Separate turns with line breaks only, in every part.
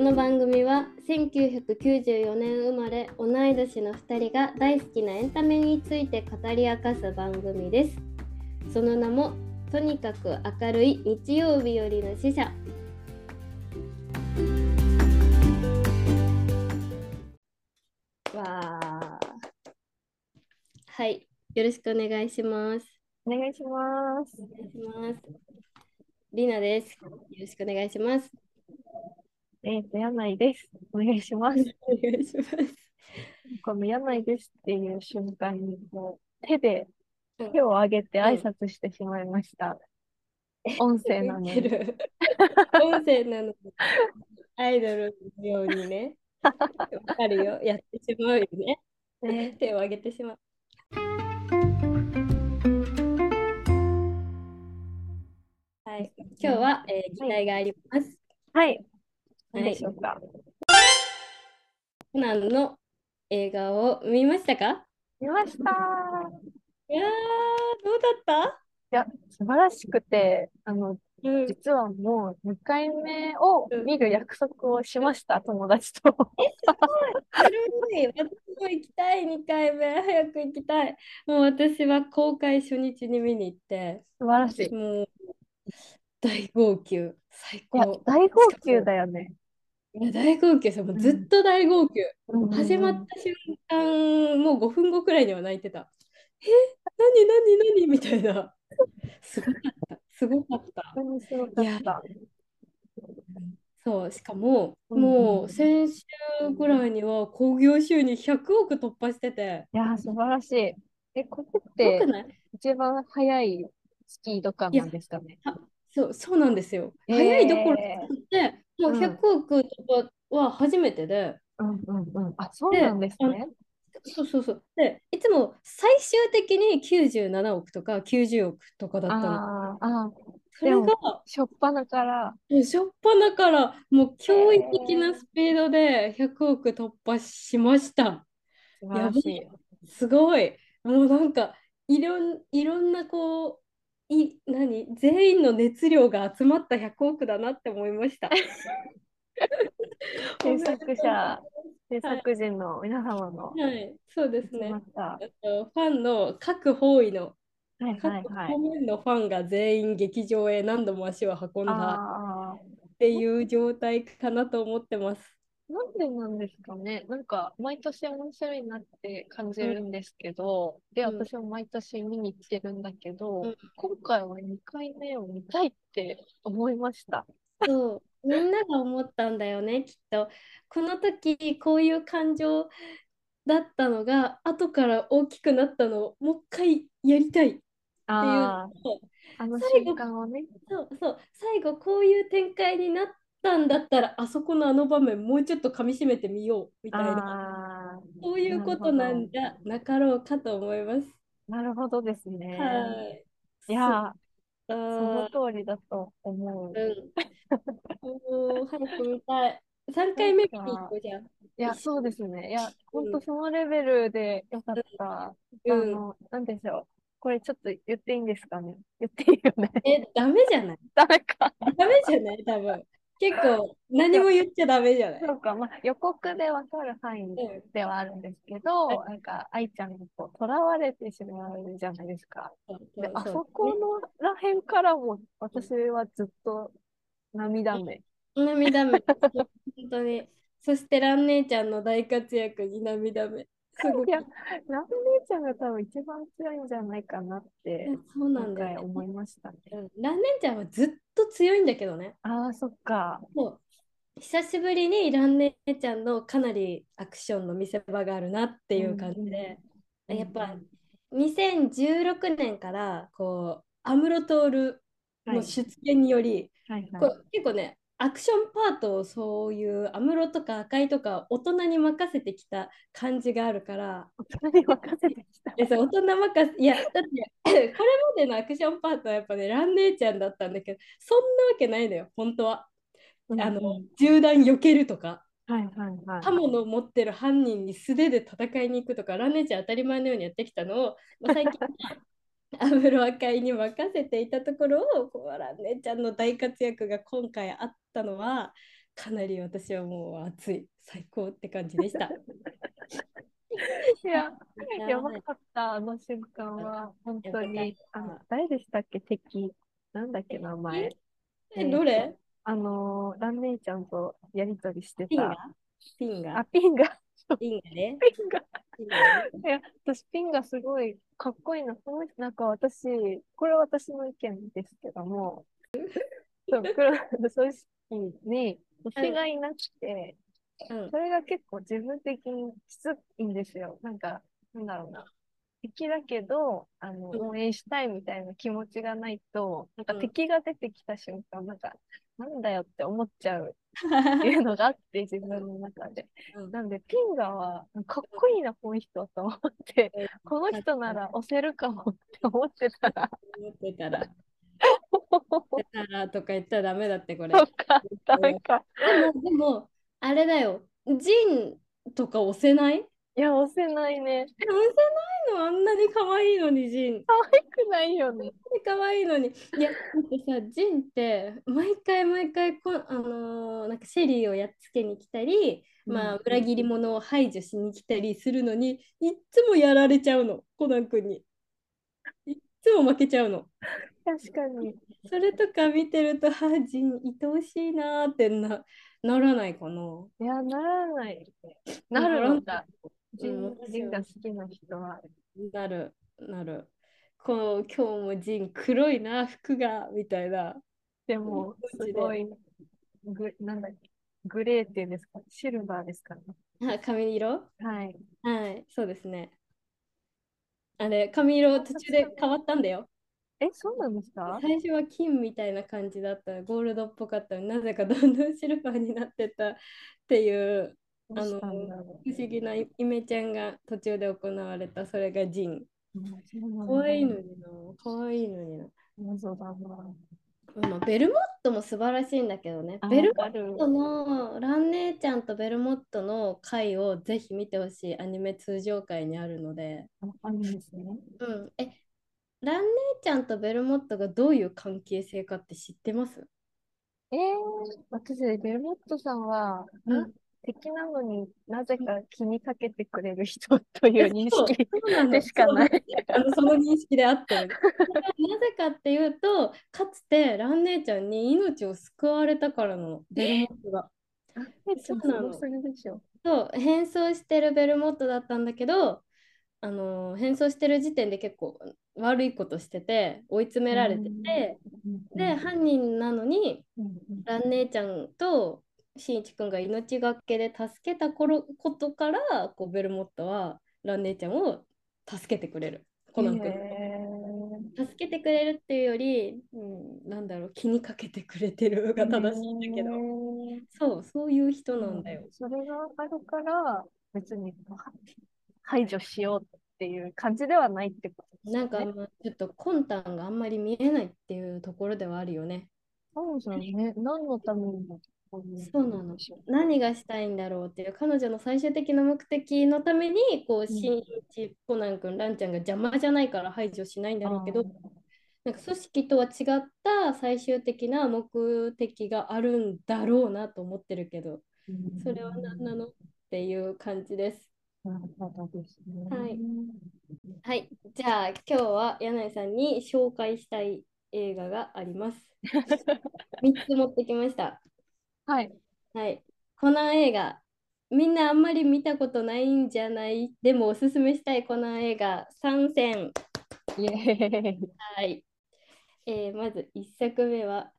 の番組は1994年生まれ同い年の2人が大好きなエンタメについて語り明かす番組ですその名もとにかく明るい日曜日よりの使者
わあ、
はいよろしくお願いします
お願いします。
お願いしますりなですよろしくお願いします
えっ、と、柳井です。お願いします。
お願いします
この柳井ですっていう瞬間に、もう手で
うん
手を上げて挨拶してしまいました。音声なの
見て
に。
る音声なのにアイドルのようにね。わかるよ。やってしまうよね。
ね
手を挙げてしまう。はい、今日は、えー、期待があります。
はい。
はい
何でしょうか。
コナンの映画を見ましたか
見ました
いやー、どうだった
素晴らしくて、あの、
うん、
実はもう2回目を見る約束をしました、友達
す
と。
ごい。私も行きたい、2回目。早く行きたい。もう私は公開初日に見に行って。
素晴らしい。い
もう大号泣、最
や、
高。
大号泣だよね。
いや大号泣さ、もうずっと大号泣。始ま
うん
った瞬間、もう5分後くらいには泣いてた。え、なになになにみたいな。すごかった、すごかった。
本当にすごかった。
そう、しかも、
うん
もう先週ぐらいには興行収入100億突破してて、
いやー、素晴らしい。え、ここ
よ
って
くない
一番速いスピード感なんですかね。
そう、そうなんですよ。
えー
早いどころで、もう
うん
100億突破は初めてで。
うんうんうん。あ、そうなんですね。
そうそうそう。で、いつも最終的に97億とか90億とかだったの。
あーあー、
それが、
でしょっぱなから。
しょっぱなから、もう驚異的なスピードで100億突破しました。
素晴らしい。
すごい。もうなんか、いろん、いろんなこう、い、何、全員の熱量が集まった100億だなって思いま した。
制作 者、制
はい
作陣の皆様の
はい、そうです
集
ね
ま。った。は
あとファンの各方位の
い
各
はいは
方
い。
面のファンが全員劇場へ何度も足を運んだ
ああ、
っていう状態かなと思ってます。
なんでなんですかね。なんか、毎年面白いなって感じるんですけど、で、
うん
私も毎年見に行ってるんだけど、
うん
今回は2回目を見たいって思いました。
そうみんなが思ったんだよねきっと。この時こういう感情だったのが後から大きくなったのをもう一回やりたいっていう
ああ、あの
最後
瞬間をね。
そうそう最後こういう展開になったんだったらあそこのあの場面もうちょっと噛み締めてみようみたいな
ああ、
そういうことなんじゃなかろうかと思います。
なるほどですね。
はい。
いや
そ
ー、
う
その通りだと思う。
うん。もう早く見たい。3回目見に行こうじゃん。
いや、そうですね。いや、ほんとそのレベルでよかった。あ
うん、
の、なんでしょう。これちょっと言っていいんですかね。言っていいよね。
え、ダメじゃない
ダメか。
ダメじゃない多分。結構何も言っちゃダメじゃない。
そうか、まあ、予告でわかる範囲
うん
ではあるんですけど、
は
なんか、愛ちゃんにこう、囚われてしまうじゃないですか。
そう
で、あ
う
そこのらへんからも、私はずっと涙目。
涙目。本当に。そして蘭姉ちゃんの大活躍に涙目。すごく
いや、ラブ姉ちゃんが多分一番強いんじゃないかなって、
そうな
今
んだ
回
よ、ね。
思いましたね。
うん蘭姉ちゃんはずっと強いんだけどね。
ああ、そっか。
もう久しぶりに蘭姉ちゃんのかなりアクションの見せ場があるなっていう感じで、やっぱ2016年からこう安室徹
はい、
の出現により、
はい
こ
は
う結構ねアクションパートをそういう安室とか赤井とか大人に任せてきた感じがあるから
い。二人任せてきた。
いやそう大人任せいやだって これまでのアクションパートはやっぱね蘭姉ちゃんだったんだけどそんなわけないのよ本当は。あの
うん
銃弾避けるとか
はいはいはい。
刃物を持ってる犯人に素手で戦いに行くとかランネちゃん当たり前のようにやってきたのを、まあ、 最近アムロ赤井に任せていたところをこうランネちゃんの大活躍が今回あったのはかなり私はもう暑い最高って感じでした。
いや、
や
やばかった、あの瞬間は。本当に。あの、誰でしたっけ、敵。なんだっけ、名前。
えどれ？
あのー、ラン姉ちゃんとやりとりして
ピンガ
た。？
ピンガ
あ、？ピンが、
ピンガね？
ピンが。
ピンガね
いや、私、ピンがすごいかっこいいな。この人なんか私、これは私の意見ですけ ども、そう、黒の組織に推しがいなくて、
うん
それが結構自分的にきついんですよ。なんか、なんだろうな。敵だけど、あの、
うん
応援したいみたいな気持ちがないと、なんか
うん
敵が出てきた瞬間、なんか、なんだよって思っちゃうっていうのがあって、自分の中で。
うん
なんで、ピンガは、かっこいいな、この人と思って、 この人 なら押せるかもって思ってた ら、
思ってたら、
そ
出たらとか言ったらダメだってこれ。
っか、ダメか。
でも、でもあれだよ。ジンとか押せない
いや、押せないね。
押せないのあんなに可愛いのにジン。
可愛くないよね。
可愛いのに。いや、だってさ、ジンって毎回毎回こ、あのーなんかシェリーをやっつけに来たり、まあ、裏切り者を排除しに来たりするのに、いっつもやられちゃうの、コナン君に。いっつも負けちゃうの。
確かに。
それとか見てると、あー、ジン、愛おしいなーってなならないかな。
いや、ならない。なるんだ。
う
ジ
ん
ンジンが好きな人は。
なる、なる。こう、今日もジン、黒いな、服が、みたいな。
でも、すごい、グなんだっけ、グレーっていうんですか、シルバーですかね。
あ髪色
はい。
はい、そうですね。あれ、髪色途中で変わったんだよ。
え、そうなんですか
最初は金みたいな感じだった、ゴールドっぽかったのになぜかどんどんシルバーになってたっていう
どうしたんだろ
不思議なイメちゃんが途中で行われた、それがジン。
う。うんそうなんだ
かわいいのにな、かわいいのにな。
謎だな。
まあ、ベルモットも素晴らしいんだけどね。
あ
ベルモ
わ
ッ
かる
トの、ラン姉ちゃんとベルモットの回をぜひ見てほしいアニメ通常回にあるので。
あるんですね。
うん、え、ラン姉ちゃんとベルモットがどういう関係性かって知ってます
えー、私、ベルモットさんは、
うん
な敵なのになぜか気にかけてくれる人 という認識
そうなの
でしかない。
あのその認識であ ってる。なぜかっていうと、かつてラン姉ちゃんに命を救われたからなの、ベルモットが。そうなの
すごすぎでしょ。
そう、変装してるベルモットだったんだけど、あのー変装してる時点で結構悪いことしてて、追い詰められてて、
うん
で、犯人なのに、
うんうん
蘭姉ちゃんとしんいちくんが命がけで助けた頃ことからこうベルモットは蘭姉ちゃんを助けてくれるコナン君、
へ
助けてくれるっていうより、うん、なんだろう気にかけてくれてる
ー
が正しいんだけど、
へー
そうそういう人なんだよ、
それがあるから、別に排除しようっていう感じではないってことです
なんか
ね。
まあちょっと魂胆があんまり見えないっていうところではあるよね
そうですよね。何のためにこういう
そうなの
しょ
何がしたいんだろうっていう彼女の最終的な目的のためにこう、
うん
しんいちコナン君ランちゃんが邪魔じゃないから排除しないんだろうけど、なんか組織とは違った最終的な目的があるんだろうなと思ってるけど、それは何なのっていう感じです。
なるほどですね。
はいはい、じゃあ今日は柳井さんに紹介したい映画があり ます。3つ持ってきました。
はい。
はい、コナン映画。みんなあんまり見たことないんじゃないでもおすすめしたいコナン映画参戦。
イエーイ。
はい。えーまず1作目は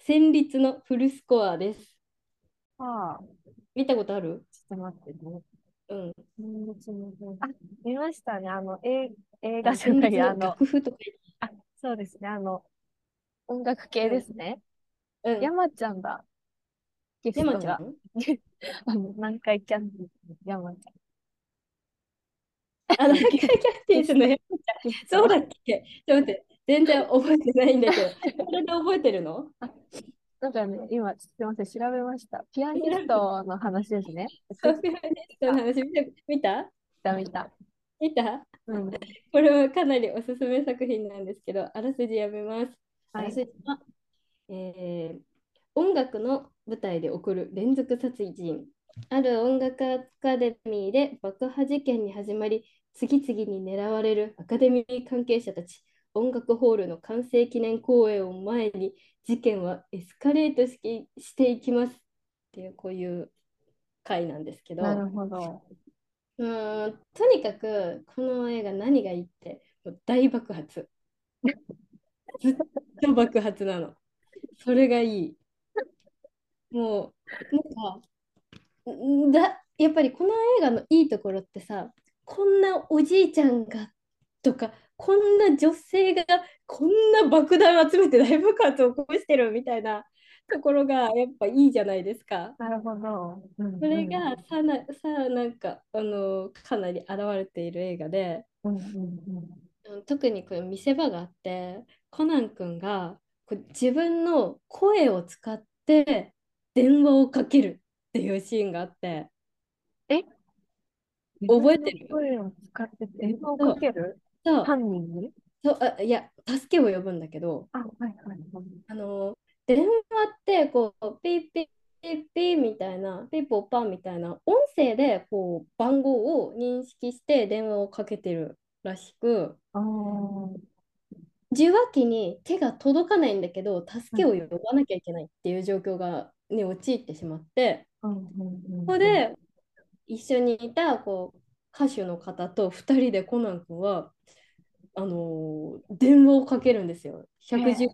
戦慄のフルスコアです。
ああ、
見たことある
ちょっと待ってね。
うん。
先日の分あ、見ましたね。あの、え、映画じゃない、あの、
楽譜とか
そうですね。あの、音楽系ですね。
言って。
山ちゃんだ。ゲス
山
ト
ちゃ
が。
ん
あの、南海キャンディーズの山ちゃん。
あ、なんかキャッティーズの山ち
ゲス
ゃん。
ト
そう
が
だっけちょっと待って、全然覚えてないんだけど。それで覚えてるの
なんかね、今、すみません、調べました。ピアニストの話です ね。
そうピアニストの話見た見た
見た見た。
見た
うん。
これはかなりおすすめ作品なんですけど、あらすじやめます。あ
は
ら
い
すじは、えー音楽の舞台で起こる連続殺人ある音楽アカデミーで爆破事件に始まり次々に狙われるアカデミー関係者たち音楽ホールの完成記念公演を前に事件はエスカレートししていきますっていうこういう回なんですけど
なるほど。
うーんとにかくこの映画何がいいってもう大爆発 ずっと爆発なのそれがいいもうなんかんだやっぱりこの映画のいいところってさこんなおじいちゃんがとかこんな女性がこんな爆弾集めて大爆発を起こしてるみたいなところがやっぱいいじゃないですか。
なるほど。うん
それが、さなさなんかあのかなり現れている映画で
うんうんうん
うん特にこう見せ場があってコナン君がこう自分の声を使って電話をかけるっていうシーンがあって
うん、
覚えてる
自分の声を使って電話をかける
そう
犯人に
そうあいや助けを呼ぶんだけど
あ、はいはいはい。
あの電話ってこうピーピーピーピーみたいなピーポーパーみたいな音声でこう番号を認識して電話をかけてるらしく。
あー
受話器に手が届かないんだけど助けを呼ばなきゃいけないっていう状況が、に陥ってしまって
うんうんうん
ここで一緒にいたこう歌手の方と2人でコナン君はあのー電話をかけるんですよ110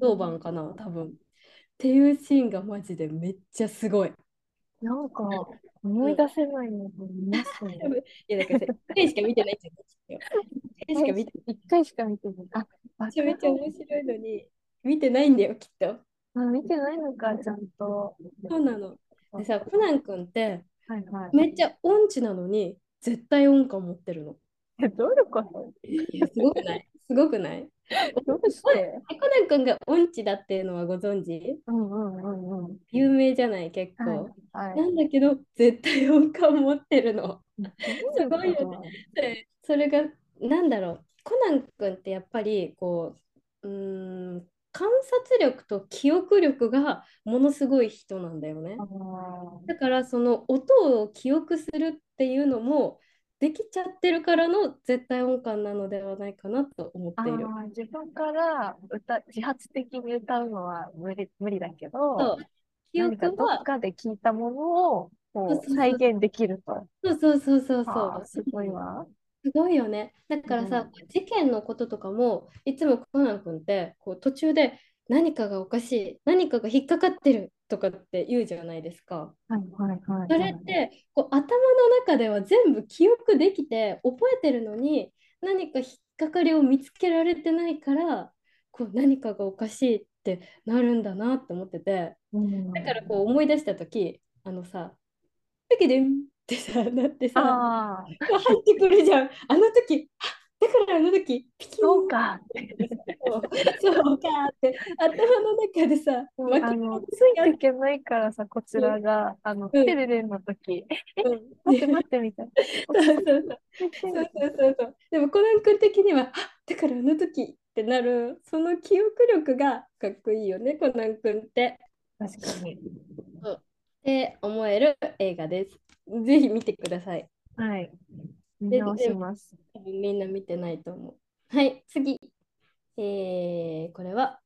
当番かな多分。っていうシーンがマジでめっちゃすごい。い
なんか思い出せないのと見ますね。
やだからさ1回しか見てないじゃん。1回しか見て
一回しか見てない。あ、
めちゃめちゃ面白いのに見てないんだよきっと。
あ見てないのか、ちゃんと。
そうなの。でさコナン君って
はいはい。
めっちゃ音痴なのに絶対音感持ってるの。
えどういうこと
いやすごくないすごくない
どうして
コナン君が音痴だっていうのはご存知
うんうんうんうん。
有名じゃない結構。
はい
な。んだけど絶対音感持ってるの。
す
ごいよ
ね。
でそれがなんだろうコナン君ってやっぱりこううーん観察力と記憶力がものすごい人なんだよね
あ。ー
だからその音を記憶するっていうのもできちゃってるからの絶対音感なのではないかなと思っ
あ
ている。
ー、自分から歌、自発的に歌うのは無理、無理だけ
そ
ど
う、記
何か
憶
どっ
は
かで聞いたものを
そうそ
こ
う
う
そう
再現できると。
そうそうそうそうそ
あ
う
ーすごいわ。
すごいよね。だから
う
さ
ん
事件のこととかもいつもコナン君ってこう途中で何かがおかしい何かが引っかかってるとかって言うじゃないですか。
はいはいはい。
それってこう頭の中では全部記憶できて覚えてるのに何か引っかかりを見つけられてないからこう何かがおかしいってなるんだなって思ってて
うん
だからこう思い出した時あのさ「ペケデン」ってさなってさ
ああ、
入ってくるじゃんあの時あだからあの時ピキン
そうか。
そうそうかって頭の中でさ
うんあの、つい ていけないからさ、こちらが、あの、
うん
テレレンの時、え、
うん
待って待ってみたいな。
そうそうそうそうそうそうそう。でもコナン君的には、あだからあの時ってなる、その記憶力がかっこいいよね、コナン君って。
確かに。
って思える映画です。ぜひ見てください。
はい。見直します。
多分みんな見てないと思う。はい、次。えー、これは、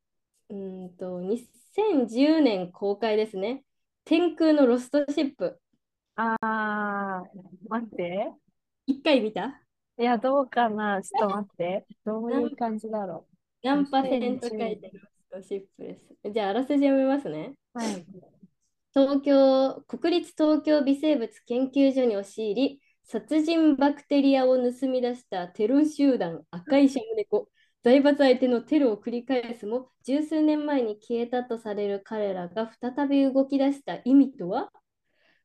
うーんと、2010年公開ですね。天空のロストシップ。
ああ、待って。
一回見た
いや、どうかな。ちょっと待って。どういう感じだろ
何パーセント書いてるロストシップです。じゃあ、あらすじ読みますね。
う。はい。
東京国立東京微生物研究所に押し入り殺人バクテリアを盗み出したテロ集団赤いシャム猫財閥相手のテロを繰り返すも十数年前に消えたとされる彼らが再び動き出した意味とは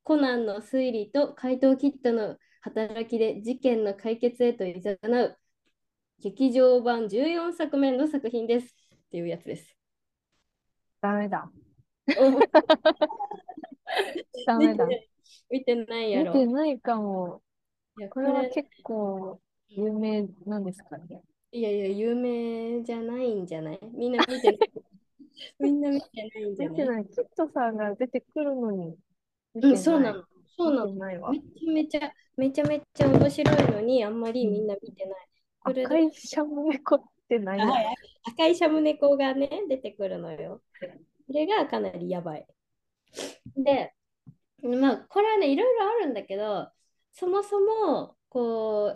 コナンの推理と怪盗キットの働きで事件の解決へと誘う劇場版14作目の作品ですっていうやつ です。
ダメだ。ダメ
見
だ。
て見てないや
見
ろ。
てないかも。
いや
これは結構有名なんですかね。
いやいや、有名じゃないんじゃないみんな見てない。みんな見てないんじ
出
ゃ
て
ない
ない。キットさんが出てくるのに。
うん、そうなの。そうなの
見。てないわ
め。ちゃめちゃ、めちゃめちゃ面白いのに、あんまりみんな見てない。これで
赤いシャム猫ってないの
はい赤いシャム猫がね、出てくるのよ。これがかなりやばい。で、まあ、これはね、いろいろあるんだけど、そもそも、こ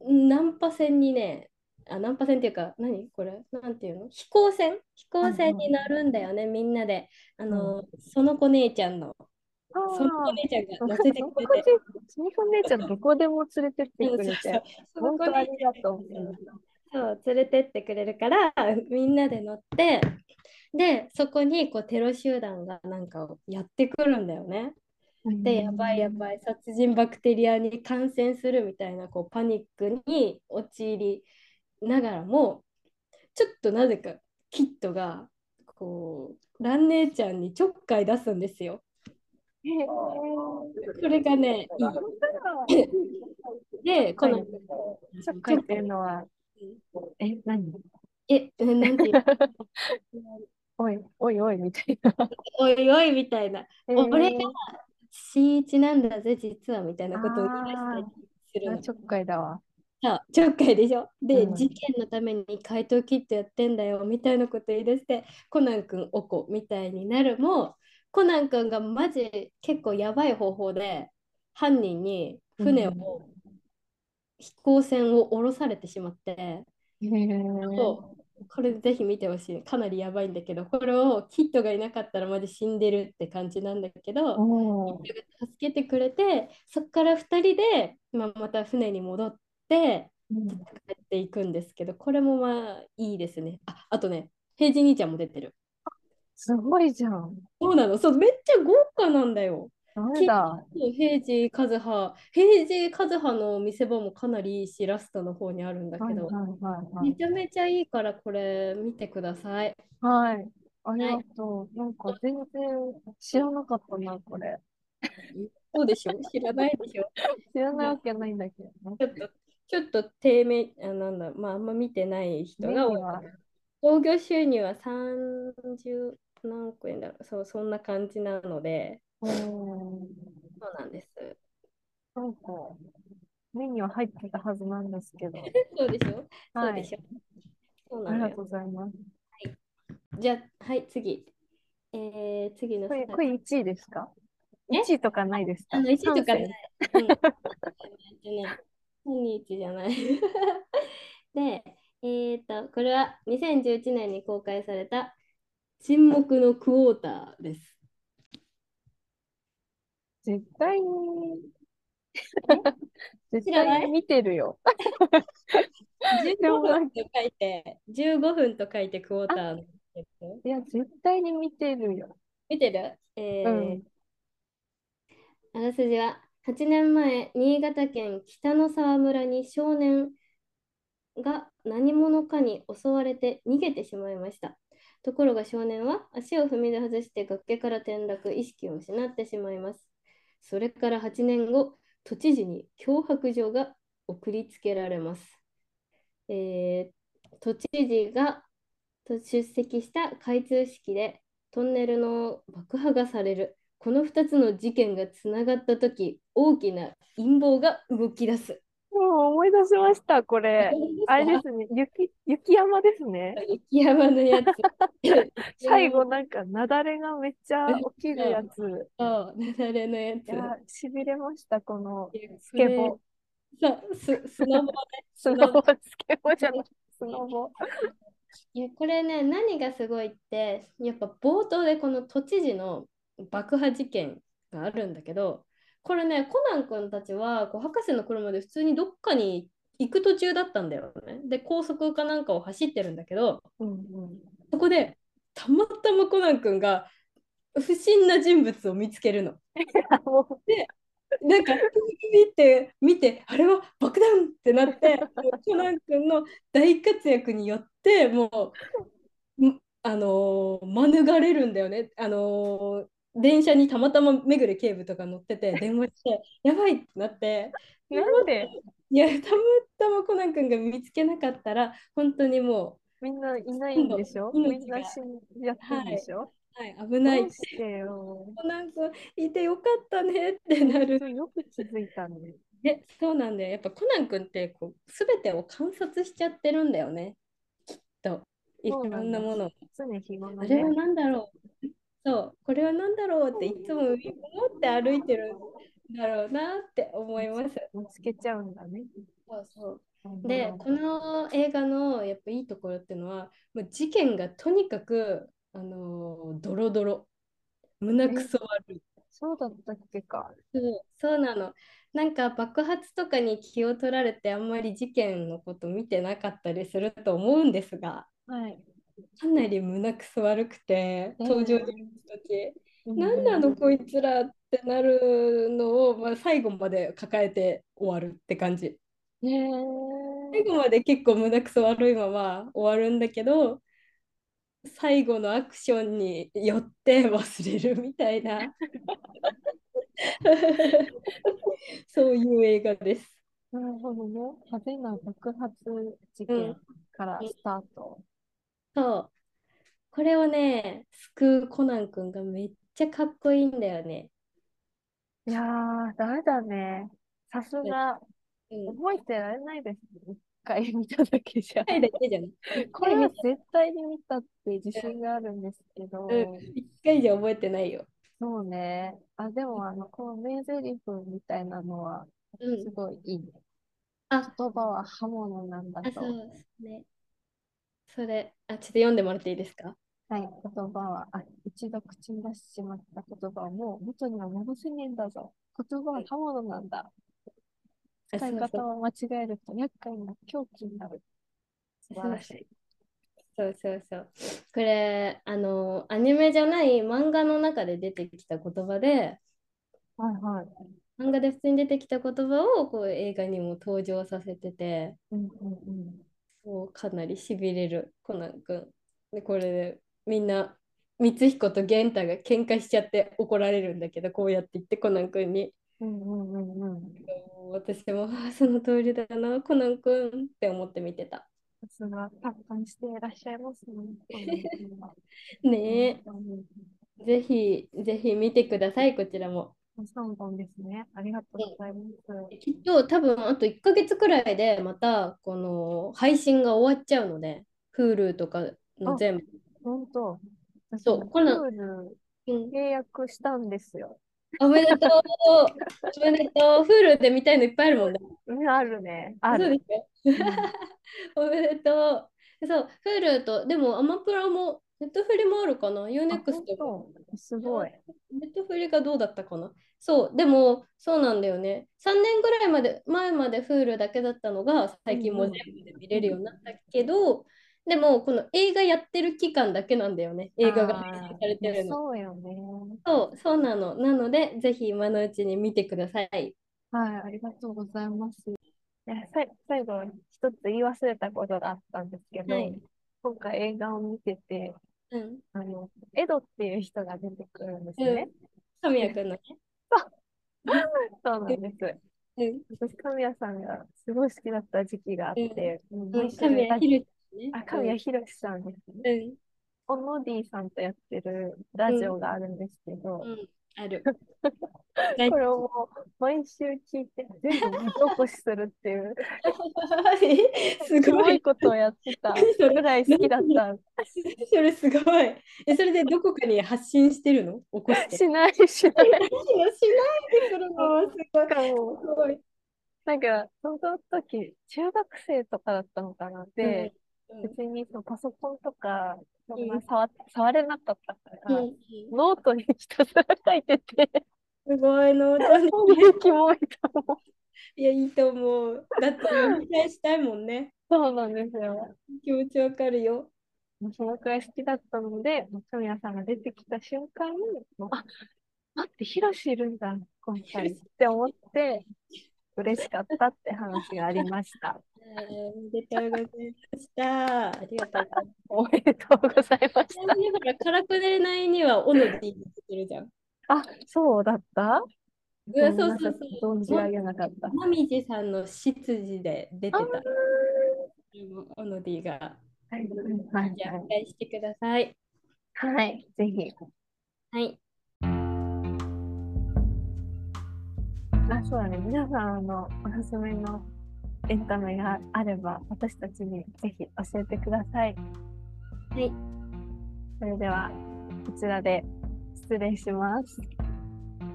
う、ナンパ船にね、あ、ナンパ船っていうか、何これなんていうの飛行船飛行船に乗るんだよね、みんなで。あの、その子姉ちゃんの、
あー
その子姉ちゃんが乗せて
そ
く
こ
れ
で
て。、
スミホ姉ちゃんどこでも連れてって
うん
くれ
そうそう
て、本当ありがとうみたいな。
そう連れてってくれるからみんなで乗ってでそこにこうテロ集団がなんかやってくるんだよね。でやばいやばい
い。
殺人バクテリアに感染するみたいなこうパニックに陥りながらもちょっとなぜかキットがこう蘭姉ちゃんにちょっかい出すんですよ。
へー
これがねいいでこの、
はいちょっかいっていうのは、え、何
えなんていうの
おい、おいおいみたいな。
おいおいみたいな。俺
え
が新一なんだぜ、実はみたいなことを言い出したりする
ー
の。
ちょっかいだわ。
そうちょっかいでしょ。で、
うん
事件のために怪盗キットやってんだよみたいなこと言い出して、コナン君おこみたいになるも、コナン君がマジ結構やばい方法で犯人に船を、飛行船を降ろされてしまって、
へー
そうこれぜひ見てほしい。かなりやばいんだけど、これをキットがいなかったらマジ死んでるって感じなんだけど、
おー
助けてくれてそこから2人で、まあ、また船に戻って
うん
戦っていくんですけどこれもまあいいですねああとね平次兄ちゃんも出てる
すごいじゃん。
そうなのそうめっちゃ豪華なんだよ
なんだ。
そう平次和葉平次和葉の見せ場もかなりいいしラストの方にあるんだ
は
け
い
ど、
はいはいはい
め。ちゃめちゃいいからこれ見てください
はい。ありがとう。なんか全然知らなかったな、これ。
そうでし ょ知らないでしょ
知らないわけないんだけどな。
ちょっとちょっと低迷あなんだまああんま見てない人
メイン
が多い
は、
興行収入は30何億円だろうそうそんな感じなので
うん
そうなんです
なんか、メニューは入ってたはずなんですけど。
そうでしょ、
は
そうで
い。
しょそう
あ
な
り
のよ
がとうございます。
じゃあはい次えー、次の
これ、
スタ
これ1位ですか ?1 位とかないですか
あの1とかないうん、
感性
えっとね本日じゃない でえっ、とこれは2011年に公開された沈黙のクォーターです
絶対に、絶
知らな
対
い
に見てるよ。
15分と書いて15分と書いてクォーターなんですけど
いや、絶対に見てるよ。
見てるえ
う
ー
ん。
あらすじは8年前、新潟県北の沢村に少年が何者かに襲われて逃げてしまいました。ところが少年は足を踏み出して崖から転落、意識を失ってしまいます。それから8年後、都知事に脅迫状が送りつけられます。えー都知事が出席した開通式でトンネルの爆破がされる。この2つの事件がつながったとき、大きな陰謀が動き出す。
もう思い出しました、これ。あれですね、雪、雪山ですね。
雪山のやつ。
最後なんか、雪崩がめっちゃ起きるやつ。
そう、雪崩のやつ
い。や、しびれました、この、
ス
スケボー。
そう、すスノボね。
スノボ、スケボーじゃない、スノボ。
いやこれね、何がすごいって、やっぱ冒頭でこの都知事の爆破事件があるんだけど、これね、コナン君たちはこう博士の車で普通にどっかに行く途中だったんだよね。で、高速かなんかを走ってるんだけど、
うんうん。
そこでたまたまコナン君が不審な人物を見つけるの。
もう、
なんか見て見てあれは爆弾ってなってもうコナン君の大活躍によってもうんあのー免れるんだよね。あのー電車にたまたま目暮警部とか乗ってて電話してやばいってなって
なんで、
いやたまたまコナン君が見つけなかったら本当にも
みんないないんでしょ
今度
みんな死んじゃってるんでしょ、
はい、危ない
どう。してよ。
なんかいてよかったねってなる。
よく気づいたね。
で、そうなんだよ。やっぱコナン君ってこう全てを観察しちゃってるんだよね。きっと。い
そう
ろ
なん
ん
だ
なものを。
常日頃
あ
ね。
れは何だろうそう、これは何だろうっていつも思って歩いてるんだろうなって思います。
見つけちゃうんだね。
そうそうで、この映画のやっぱいいところってのは、もう事件がとにかく、あのードロドロ、胸くそ悪い。
そうだったっけか。
そう、そうなの。なんか爆発とかに気を取られてあんまり事件のこと見てなかったりすると思うんですが、
はい。
かなり胸くそ悪くて、登場人物たち、何なのこいつらってなるのを、まあ、最後まで抱えて終わるって感じ。
ねえ。
最後まで結構胸くそ悪いまま終わるんだけど、最後のアクションによって忘れるみたい な、そういう映画です。
なるほどね。派手な爆発事件からスタート。
そう。これをね、救うコナン君がめっちゃかっこいいんだよね。
いやー、ダメだね。さすが、
うん。
覚えてられないですね。一回見ただけじゃ。
回だけじゃない。
これは絶対に見たって自信があるんですけど、
うん一回じゃ覚えてないよ。
そうね。あ、でも、あの、この名台詞みたいなのは、
うん
すごいいいね。
あ、
言葉は刃物なんだ
あ、
と。
そ
は
うですね。それ、あ、ちょっと読んでもらっていいですか
い。言葉は、あ、一度口に出してしまった言葉をもう元には戻せねえんだぞ。言葉は刃物なんだ。
あ、
使い
そう
方
そう。
を間違えると厄介な凶器になる。素晴らしい。
そうそうそう。これ、あの、アニメじゃない漫画の中で出てきた言葉で、
はいはい。
漫画で普通に出てきた言葉をこう映画にも登場させてて、
うんうんうん。
そうかなりしびれるコナン君でこれでみんな光彦と玄太が喧嘩しちゃって怒られるんだけどこうやって言ってコナン君に
うんうんうんうん。
もう私もああその通りだなコナン君って思って見てた
さすが、達観していらっしゃいます ね。
ね
うん
えぜひぜひ見てくださいこちらも
3本ですね。ありがとうございます。
きっと多分あと1ヶ月くらいでまたこの配信が終わっちゃうので Hulu とかの全部
本当。私
そうこの
Hulu
うん
契約したんですよ。
おめでと うおめでとう Hulu で見たいのいっぱいあるもんね
うんあるね。あ
そうで
る。
すよ。おめでとう。そう、Hulu と、でもアマプラも、ネットフリもあるかな ?Unext も。
そう。すごい。
ネットフリがどうだったかなそう、でも、そうなんだよね。3年ぐらいまで、前まで Hulu だけだったのが、最近もう全部で見れるようになったけど、でも、この映画やってる期間だけなんだよね。映画が配信されてるの。
そうよね。
そう、そうなの。なので、ぜひ今のうちに見てください。
はい、ありがとうございます。いや、さい最後、一つ言い忘れたことがあったんですけど
はい、
今回映画を見てて、
うん。
あの、エドっていう人が出てくるんですね。
神谷くんのね。
そうなんです。
うん。
私、神谷さんがすごい好きだった時期があって、もう
う
毎
ん
週
神
ラ
谷
ジ
ひるちね。
あ、神谷博さんですね。
うん。うん
オノディさんとやってるラジオがあるんですけど、
うん、あ る。
これをもう毎週聞いて、全部見起こしするっていう、
え す
す
ご
ごい
い。
ことをやってた
何それ
ぐらい好きだった。
それすごい。え、それでどこかに発信してるの起こして。
しない、しない。
しないでそれもすごい。
なんかもう
すごい。
なんか、その時、中学生とかだったのかなで、
うん
別にそのパソコンとか、そん
う
なん触っ触れなかったから、
うん
ノートにひたすら書いてて、
すごいの。本当に
キモいと思う。
いや、いいと思う。だって読み返したいもんね。
そうなんですよ。
気持ちわかるよ。
もうそのくらい好きだったので、もう神谷さんが出てきた瞬間に、もうあ、待って、ヒロシいるんだ、今回
ヒロシ
って思って、嬉しかったって話がありました。
えーおめでとうございました。ありがとうございます。
おめでとうございまし
ちなみにほら、カラクネ内にはオノディって言ってるじゃん。
た。あ、そうだった
うん、そうそうそ
ごめんなさい存
う。
じ上げなかった。
もみじさんの執事で出て
あ
た
ー、
オノディが。
はい。はい
じゃあ、期待してください。
はい。ぜひ。
はい。
あ、そうだね。皆さん、あの、おすすめのエンタメがあれば、私たちにぜひ教えてください。
はい。
それでは、こちらで失礼します。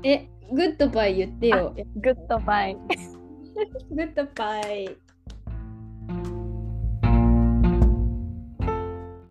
え、グッドバイ言ってよ。
グッドバイ。
グッドバイ。